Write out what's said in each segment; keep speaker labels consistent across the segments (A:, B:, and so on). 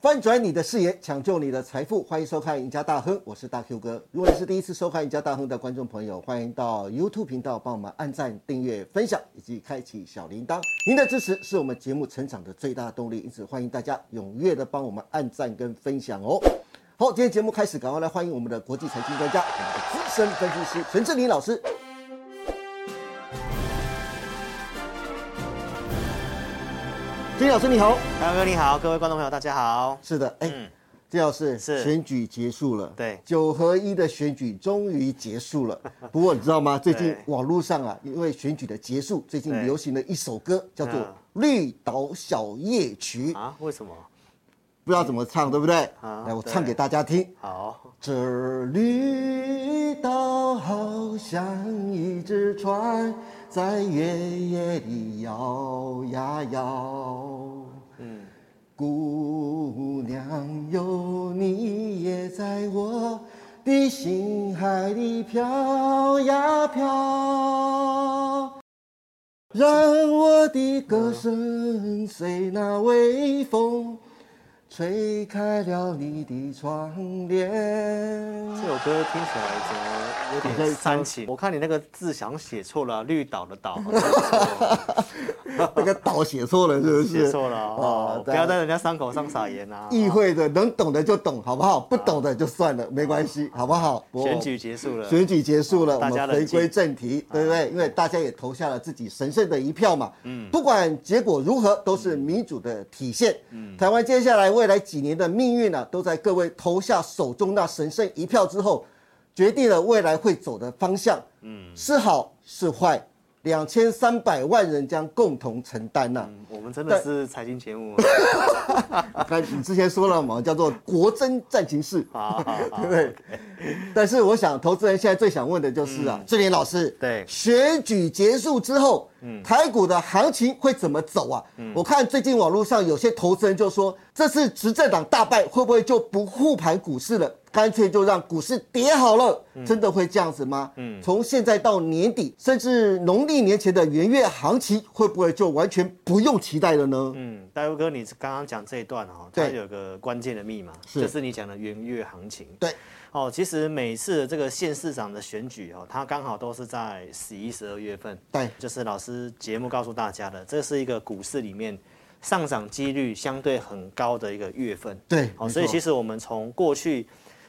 A: 翻转你的视野，抢救你的财富，欢迎收看《赢家大亨》，我是大 Q 哥。如果你是第一次收看《赢家大亨》的观众朋友，欢迎到 YouTube 频道帮我们按赞、订阅、分享以及开启小铃铛。您的支持是我们节目成长的最大动力，因此欢迎大家踊跃的帮我们按赞跟分享哦。好，今天节目开始，赶快来欢迎我们的国际财经专家、我们的资深分析师陈志林老师。金老师你好。
B: 大哥你好，各位观众朋友大家好。
A: 是的，哎、
B: 嗯
A: 这要是
B: 是
A: 选举结束了，
B: 对
A: 九合一的选举终于结束 了。不过你知道吗？最近
B: 对
A: 网络上啊，因为选举的结束，最近
B: 对
A: 流行了一首歌，叫做《
B: 嗯
A: 绿岛小夜曲》，
B: 啊，为什么？
A: 不知道怎么唱，对不对？
B: 啊
A: 来，我
B: 对
A: 唱给大家听。
B: 好，
A: 这绿岛好像一只船，在月夜里摇呀摇。
B: 嗯，
A: 姑娘，有你也在我的心海里飘呀飘，让我的歌声随那微风，吹开了你的窗帘。
B: 这首歌听起来怎么有点煽情？我看你那个字想写错了啊，绿岛的 岛好像写错了，
A: 那个岛写错了是不是？
B: 写错了哦，不要在人家伤口上撒盐啊。
A: 意啊会着能懂的就懂，好不好？不懂的就算了，没关系，好不好？我
B: 哦选举结束了，
A: 选举结束了，我
B: 哦大家
A: 们
B: 冷
A: 回
B: 静哎
A: 归正题，对不对？因为大家也投下了自己神圣的一票嘛。嗯，不管结果如何，都是民主的体现。嗯，台湾接下来未来几年的命运呢、啊都在各位投下手中那神圣一票之后，决定了未来会走的方向。嗯，是好是坏，两千三百万人将共同承担呐、
B: 嗯我们真的是财经节 目
A: 那你之前说了嘛，叫做国争战情室，
B: 好好好
A: 对不对？但是我想，投资人现在最想问的就是啊，志林老师，
B: 嗯对嗯
A: 选举结束之后，台股的行情会怎么走啊？我看最近网络上有些投资人就说，这次执政党大败，会不会就不护盘股市了？干脆就让股市跌好了，
B: 嗯
A: 真的会这样子吗？嗯，从现在到年底，甚至农历年前的元月行情，会不会就完全不用期待了呢？
B: 嗯，大佑哥，你刚刚讲这一段哦，它
A: 对
B: 有个关键的密码，
A: 是
B: 就是你讲的元月行情。
A: 对，
B: 哦，其实每次的这个县市长的选举哦，它刚好都是在十一、十二月份。
A: 对
B: 就是老师节目告诉大家的，这是一个股市里面上涨几率相对很高的一个月份。
A: 对
B: 好、
A: 没
B: 所以
A: 错
B: 其实我们从过去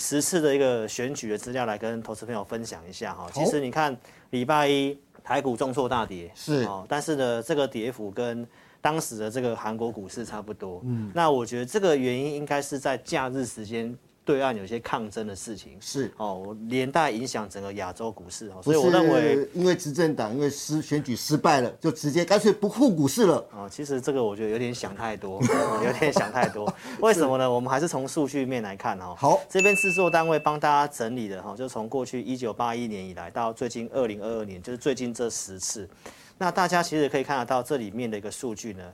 B: 十次的一个选举的资料来跟投资朋友分享一下哈、其实你看礼拜一台股重挫大跌，
A: 是
B: 哦，但是呢，这个跌幅跟当时的这个韩国股市差不多。嗯，那我觉得这个原因应该是在假日时间对岸有些抗争的事情。
A: 是。
B: 哦，连带影响整个亚洲股市哦，
A: 不
B: 所以
A: 是
B: 我认为，
A: 因为执政党因为失选举失败了，就直接干脆不护股市了。
B: 哦，其实这个我觉得有点想 太多，哦有点想太多。为什么呢？我们还是从数据面来看哦。
A: 好
B: 这边制作单位帮大家整理的哈、哦，就从过去一九八一年以来到最近二零二二年，就是最近这十次。那大家其实可以看得到这里面的一个数据呢，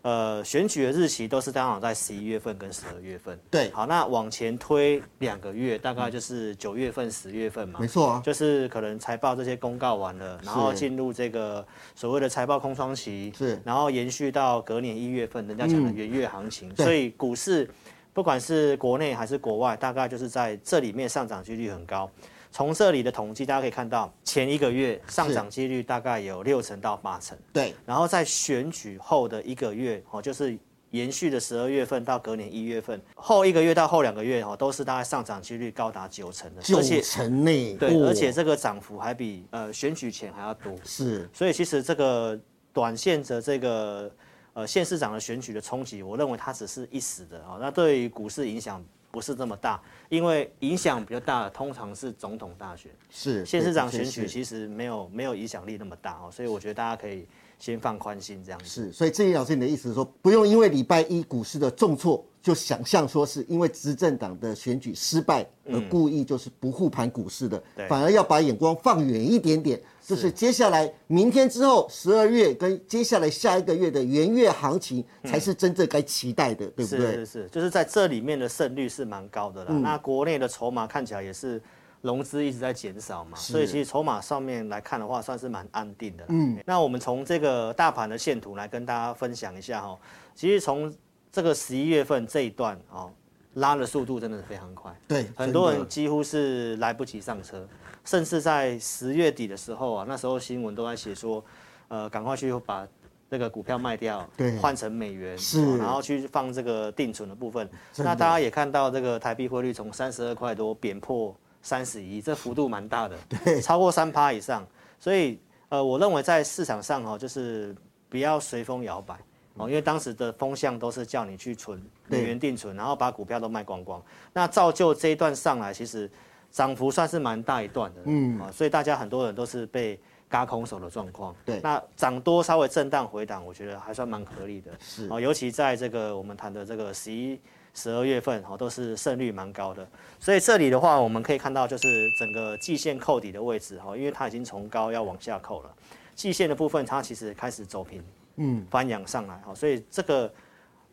B: 呃，选举的日期都是刚好在十一月份跟十二月份。
A: 对
B: 好，那往前推两个月，大概就是九月份、十月份嘛。
A: 没错啊，
B: 就是可能财报这些公告完了，然后进入这个所谓的财报空窗期，
A: 是嗯
B: 然后延续到隔年一月份，人家讲的元月行情，
A: 对
B: 所以股市不管是国内还是国外，大概就是在这里面上涨几率很高。从这里的统计，大家可以看到，前一个月上涨几率大概有六成到八成，
A: 对，
B: 然后在选举后的一个月，哦，就是延续的十二月份到隔年一月份，后一个月到后两个月，哦，都是大概上涨几率高达九成的，
A: 九
B: 而且
A: 成呢。
B: 对，
A: 哦
B: 而且这个涨幅还比呃选举前还要多，
A: 是
B: 所以其实这个短线的这个呃县市长的选举的冲击，我认为它只是一时的哦，那对于股市影响不是这么大，因为影响比较大的通常是总统大选，
A: 是
B: 县市长选
A: 是
B: 举其实没有没有影响力那么大哦，所以我觉得大家可以先放宽心这样子。
A: 是，所以志毅老师你的意思是说，不用因为礼拜一股市的重挫，就想象说是因为执政党的选举失败而故意就是不护盘股市的，
B: 对
A: 反而要把眼光放远一点点，就是接下来明天之后十二月跟接下来下一个月的元月行情才是真正该期待的，对不
B: 是
A: 对嗯
B: 是？是，就是在这里面的胜率是蛮高的啦。那国内的筹码看起来也是融资一直在减少嘛，所以其实筹码上面来看的话，算是蛮安定的。嗯，那我们从这个大盘的线图来跟大家分享一下哈、其实从这个十一月份这一段哦，拉的速度真的是非常快，
A: 对，
B: 很多
A: 真
B: 人
A: 的
B: 几乎是来不及上车，甚至在十月底的时候啊，那时候新闻都在写说，呃，赶快去把那个股票卖掉，
A: 对
B: 换成美元，
A: 是
B: 哦然后去放这个定存的部分。
A: 的
B: 那大家也看到这个台币汇率从三十二块多贬破三十一，这幅度蛮大的，对，超过三趴以上。所以，呃，我认为在市场上哈、哦，就是不要随风摇摆。哦，因为当时的风向都是叫你去存美元定存，然后把股票都卖光光，那造就这一段上来，其实涨幅算是蛮大一段的，嗯啊，所以大家很多人都是被嘎空手的状况，
A: 对
B: 那涨多稍微震荡回档，我觉得还算蛮合理的，
A: 是
B: 哦，尤其在这个我们谈的这个十一、十二月份，哦，都是胜率蛮高的，所以这里的话，我们可以看到就是整个季线扣底的位置，哦，因为它已经从高要往下扣了，季线的部分它其实开始走平。
A: 嗯
B: 翻扬上来，好，哦所以这个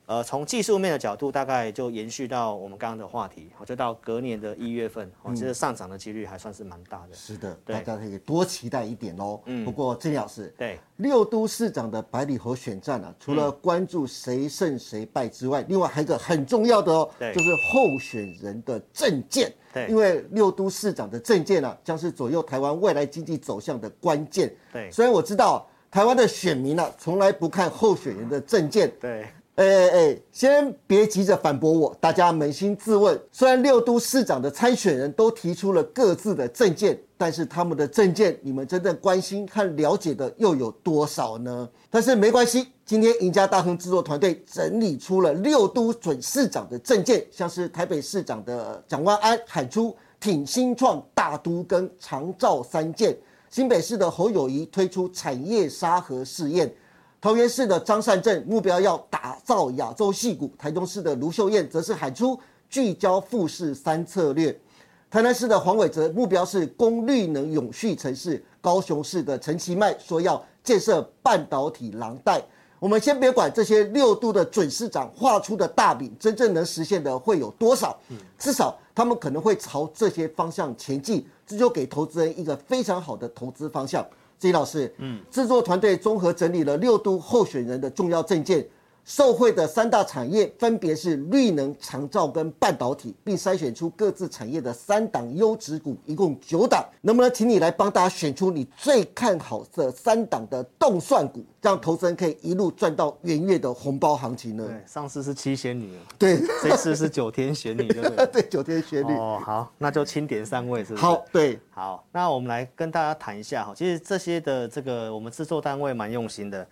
B: 呃从技术面的角度，大概就延续到我们刚刚的话题，哦好，就到隔年的一月份，
A: 嗯
B: 哦，其实上涨的几率还算是蛮大的。
A: 是的，
B: 对嗯
A: 大家可以多期待一点哦。不过郑老师，
B: 对，
A: 六都市长的百里侯选战
B: 嗯
A: 啊，除了关注谁胜谁败之外，另外还有一个很重要的哦，
B: 对
A: 就是候选人的政见。
B: 对
A: 因为六都市长的政见啊，将是左右台湾未来经济走向的关键。
B: 对
A: 虽然我知道台湾的选民啊，从来不看候选人的政见，
B: 对，
A: 哎哎哎，先别急着反驳我，大家扪心自问。虽然六都市长的参选人都提出了各自的政见，但是他们的政见，你们真正关心和了解的又有多少呢？但是没关系，今天赢家大亨制作团队整理出了六都准市长的政见，像是台北市长的蒋万安喊出“挺新创、大都跟长照三件”，新北市的侯友谊推出产业沙盒试验。桃园市的张善政目标要打造亚洲戏骨，台中市的卢秀燕则是喊出聚焦富士三策略，台南市的黄伟哲目标是功率能永续城市，高雄市的陈其迈说要建设半导体廊带。我们先别管这些六都的准市长画出的大饼，真正能实现的会有多少？至少他们可能会朝这些方向前进，这就给投资人一个非常好的投资方向。金老师，嗯，制作团队综合整理了六都候选人的重要证件，受惠的三大产业分别是绿能、长照跟半导体，并筛选出各自产业的三档优质股，一共九档。能不能请你来帮大家选出你最看好的三档的动算股，让投资人可以一路赚到元月的红包行情呢？
B: 对，上次是七仙女，
A: 对，
B: 这次是九天玄女，对不对
A: ？对，九天旋律，
B: 哦，好，那就清点三位，是不是？
A: 好，对，
B: 好，那我们来跟大家谈一下哈，其实这些的这个我们制作单位蛮用心的，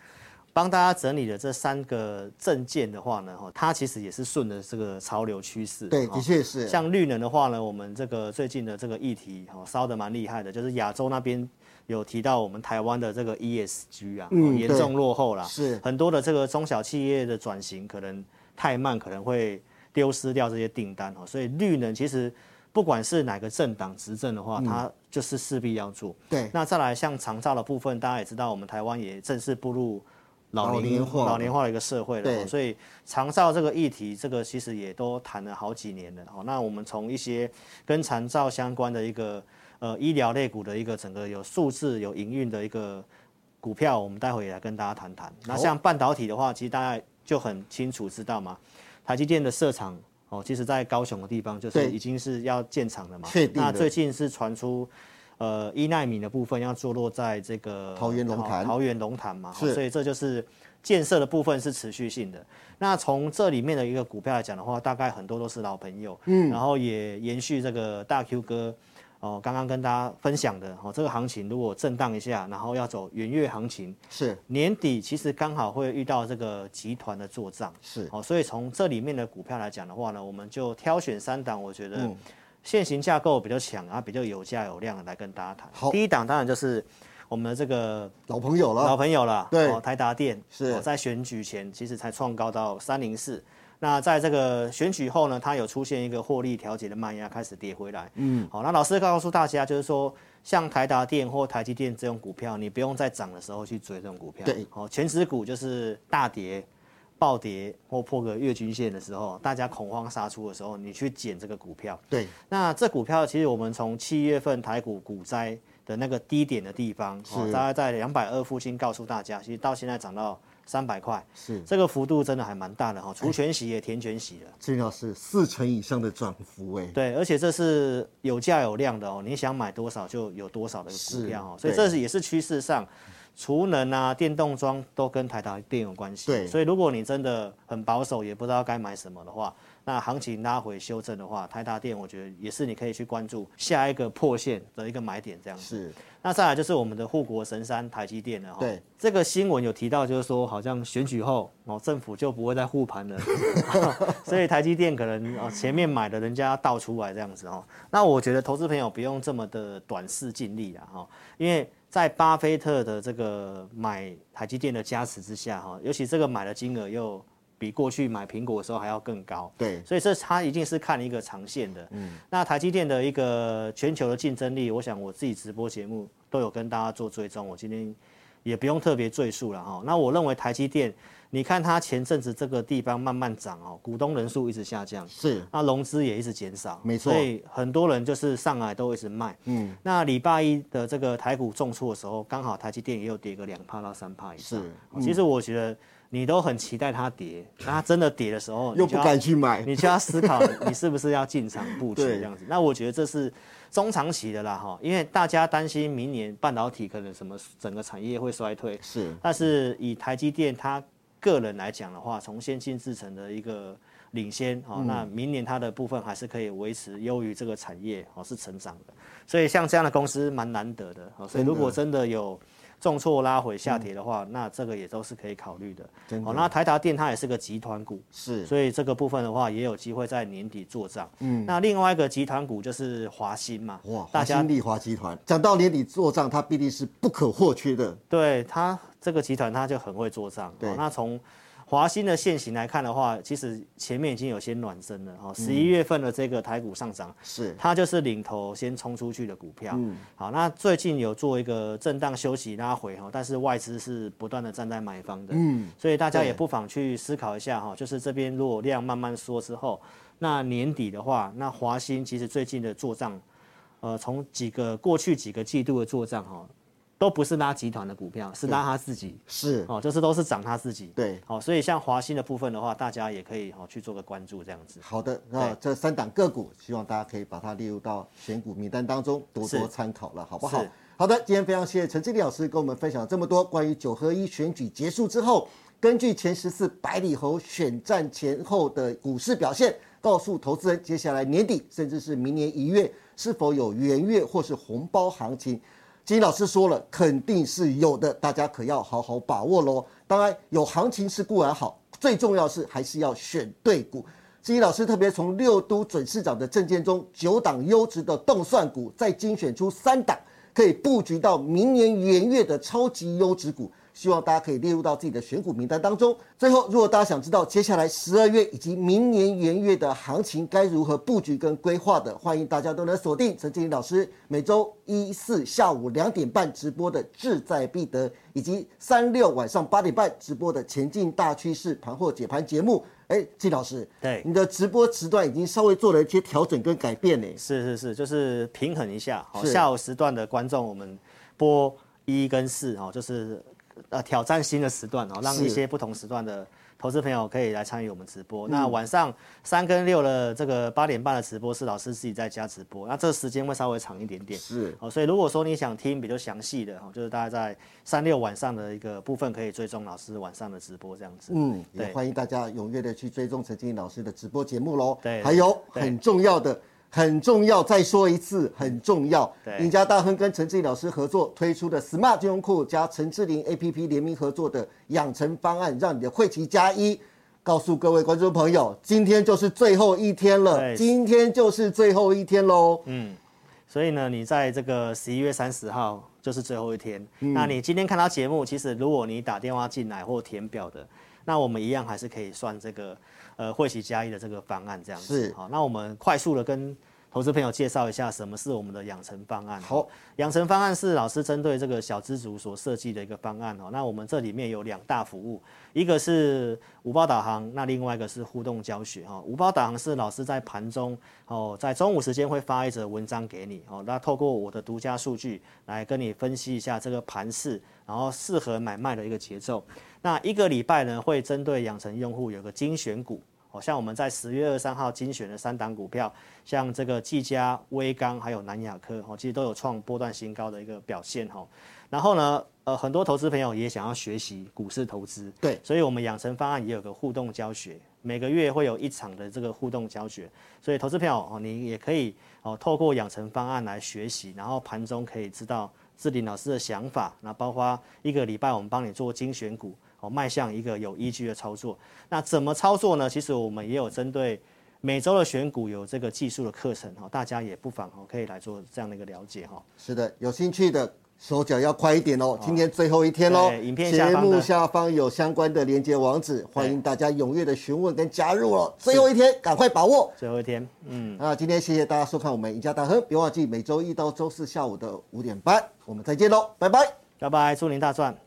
B: 帮大家整理的这三个证件的话呢，哈，它其实也是顺着这个潮流趋势，哦
A: 对，
B: 哈
A: 的确是，
B: 像绿能的话呢，我们这个最近的这个议题哦烧得蛮厉害的，就是亚洲那边有提到我们台湾的这个 ESG 啊，
A: 嗯
B: 哦严、重落后啦，
A: 是
B: 很多的这个中小企业的转型可能太慢，可能会丢失掉这些订单哦，所以绿能其实不管是哪个政党执政的
A: 嗯
B: 话，它就是势必要做。
A: 对
B: 那再来像长照的部分，大家也知道，我们台湾也正式步入老
A: 老
B: 龄
A: 龄化
B: 老龄化的一个社会了
A: 对
B: 哦，所以长照这个议题，这个其实也都谈了好几年了。哦，那我们从一些跟长照相关的一个呃医疗类股的一个整个有数字有营运的一个股票，我们待会也来跟大家谈谈。那像半导体的话，其实大家就很清楚知道嘛，台积电的设厂哦，其实在高雄的地方就是
A: 对
B: 已经是要建厂了嘛。
A: 确定
B: 那
A: 的
B: 最近是传出。呃，一纳米的部分要坐落在这个
A: 桃园龙潭
B: 桃桃园龙潭嘛，
A: 是
B: 所以这就是建设的部分是持续性的。那从这里面的一个股票来讲的话，大概很多都是老朋友，嗯，然后也延续这个大 Q 哥哦，刚刚跟大家分享的哦，这个行情如果震荡一下，然后要走元月行情，
A: 是
B: 年底其实刚好会遇到这个集团的做账，
A: 是
B: 哦，所以从这里面的股票来讲的话呢，我们就挑选三档，我觉得
A: 嗯
B: 现行架构比较强，然后比较有价有量的来跟大家谈。
A: 好
B: 第一档当然就是我们的这个
A: 老朋友
B: 老
A: 了，
B: 朋友了，
A: 对
B: 哦、台达电
A: 是
B: 哦、在选举前其实才创高到三零四。那在这个选举后呢，它有出现一个获利调节的卖压，开始跌回来。嗯，好、那老师告诉大家，就是说，像台达电或台积电这种股票，你不用在涨的时候去追这种股票。
A: 对，
B: 好、全指股就是大跌、暴跌或破个月均线的时候，大家恐慌杀出的时候，你去捡这个股票。
A: 对，
B: 那这股票其实我们从七月份台股股灾的那个低点的地方，哦
A: 是，
B: 大概在两百二附近告诉大家，其实到现在涨到三百块，
A: 是
B: 这个幅度真的还蛮大的哈，除全息也填全息了。
A: 这要是四成以上的涨幅哎、
B: 对，而且这是有价有量的哦，你想买多少就有多少的股票哦，
A: 是
B: 所以
A: 对
B: 这是也是趋势上，储能啊、电动装都跟台达电有关系。
A: 对
B: 所以如果你真的很保守，也不知道该买什么的话，那行情拉回修正的话，台达电我觉得也是你可以去关注下一个破线的一个买点这样子。
A: 是
B: 那再来就是我们的护国神山台积电了哈。
A: 对，
B: 这个新闻有提到，就是说好像选举后哦，政府就不会再护盘了， 所以台积电可能哦前面买的人家倒出来这样子哦。那我觉得投资朋友不用这么的短视尽力啦哈、因为在巴菲特的这个买台积电的加持之下哈、尤其这个买的金额又比过去买苹果的时候还要更高。
A: 对
B: 所以这它一定是看一个长线的。嗯，那台积电的一个全球的竞争力，我想我自己直播节目都有跟大家做追踪，我今天也不用特别赘述了哈。那我认为台积电，你看它前阵子这个地方慢慢涨哦，股东人数一直下降，
A: 是
B: 那融资也一直减少，
A: 没错
B: 所以很多人就是上来都一直卖。嗯，那礼拜一的这个台股重挫的时候，刚好台积电也有跌个两帕到三帕以上。
A: 是嗯
B: 其实我觉得你都很期待它跌，那它真的跌的时候，
A: 又
B: 你就
A: 不
B: 要
A: 敢去买，
B: 你就要思考你是不是要进场布局
A: 对
B: 这样子。那我觉得这是中长期的啦哈，因为大家担心明年半导体可能什么整个产业会衰退，
A: 是
B: 但是以台积电它个人来讲的话，从先进制程的一个领先
A: 嗯
B: 哦，那明年它的部分还是可以维持优于这个产业哦，是成长的。所以像这样的公司蛮难得的哦，所以如果真的有。重挫拉回下跌的话，那这个也都是可以考虑的。
A: 嗯真的
B: 哦，那台达电它也是个集团股，
A: 是
B: 所以这个部分的话，也有机会在年底做账。嗯，那另外一个集团股就是华兴嘛，
A: 哇，
B: 大
A: 华
B: 家
A: 兴丽华集团讲到年底做账，它必定是不可或缺的。
B: 对它这个集团，它就很会做账。
A: 对
B: 哦那从华兴的现形来看的话，其实前面已经有些暖身了
A: 嗯
B: 哦。十一月份的这个台股上涨，
A: 是
B: 它就是领头先冲出去的股票。好，那最近有做一个震荡休息拉回哈，但是外资是不断的站在买方的，嗯，所以大家也不妨去思考一下哈，就是这边如果量慢慢缩之后，那年底的话，那华兴其实最近的做账，呃，从几个过去几个季度的做账哈，都不是拉集团的股票，是拉他自己。
A: 是，
B: 哦，就是都是涨他自己，
A: 对
B: 好、所以像华兴的部分的话，大家也可以哦去做个关注这样子。
A: 好的，那
B: 对
A: 这三档个股，希望大家可以把它列入到选股名单当中，多多
B: 是
A: 参考了，好不好
B: 是？
A: 好的，今天非常谢谢陈志立老师跟我们分享这么多关于九合一选举结束之后，根据前十次百里侯选战前后的股市表现，告诉投资人接下来年底甚至是明年一月是否有元月或是红包行情。金老师说了，肯定是有的，大家可要好好把握喽。当然，有行情是固然好，最重要是还是要选对股。志毅老师特别从六都准市长的证件中九档优质的动算股，再精选出三档可以布局到明年元月的超级优质股，希望大家可以列入到自己的选股名单当中。最后，如果大家想知道接下来十二月以及明年元月的行情该如何布局跟规划的，欢迎大家都能锁定陈志林老师每周一四下午两点半直播的《志在必得》，以及三六晚上八点半直播的《前进大趋势盘后解盘》节目。哎，季老师，
B: 对
A: 你的直播时段已经稍微做了一些调整跟改变呢。
B: 是是是，就是平衡一下。好，
A: 是
B: 下午时段的观众，我们播一跟四哦，就是呃挑战新的时段哦，让
A: 是
B: 一些不同时段的投资朋友可以来参与我们直播。
A: 嗯
B: 那晚上三跟六的这个八点半的直播是老师自己在家直播，那这个时间会稍微长一点点。
A: 是
B: 哦，所以如果说你想听比较详细的，哦，就是大家在三六晚上的一个部分可以追踪老师晚上的直播这样子。
A: 嗯，也
B: 对
A: 欢迎大家踊跃的去追踪陈经理老师的直播节目喽。
B: 对
A: 还有
B: 对
A: 很重要的，很重要，再说一次，很重要。
B: 对
A: 赢家大亨跟陈志林老师合作推出的 Smart 金融库加陈志林 APP 联名合作的养成方案，让你的会期加一。告诉各位观众朋友，今天就是最后一天了，
B: 对
A: 今天就是最后一天喽。
B: 所以呢，你在这个十一月三十号就是最后一天。那你今天看到节目，其实如果你打电话进来或填表的，那我们一样还是可以算这个呃会期加一的这个方案这样子。
A: 是
B: 好，那我们快速的跟投资朋友介绍一下什么是我们的养成方案。
A: 好，
B: 养成方案是老师针对这个小资族所设计的一个方案哦。那我们这里面有两大服务，一个是五包导航，那另外一个是互动教学哈。哦五包导航是老师在盘中哦，在中午时间会发一则文章给你哦，那透过我的独家数据来跟你分析一下这个盘势，然后适合买卖的一个节奏。那一个礼拜呢，会针对养成用户有个精选股。哦，像我们在十月二三号精选的三档股票，像这个技嘉、微刚还有南亚科，哦，其实都有创波段新高的一个表现哈。然后呢，呃，很多投资朋友也想要学习股市投资，
A: 对，
B: 所以我们养成方案也有个互动教学，每个月会有一场的这个互动教学，所以投资朋友哦，你也可以哦，透过养成方案来学习，然后盘中可以知道志玲老师的想法，那包括一个礼拜我们帮你做精选股。哦，迈向一个有依据的操作。那怎么操作呢？其实我们也有针对每周的选股有这个技术的课程哈，大家也不妨哦可以来做这样的一个了解哦哈。
A: 是的，有兴趣的手脚要快一点哦，今天最后一天喽。
B: 对影片
A: 节
B: 下方的
A: 目下方有相关的连接网址，欢迎大家踊跃的询问跟加入哦。最后一天，赶快把握。
B: 最后一天，嗯，
A: 那今天谢谢大家收看我们赢家大亨，别忘记每周一到周四下午的五点半，我们再见喽，拜拜。
B: 拜拜，祝您大赚。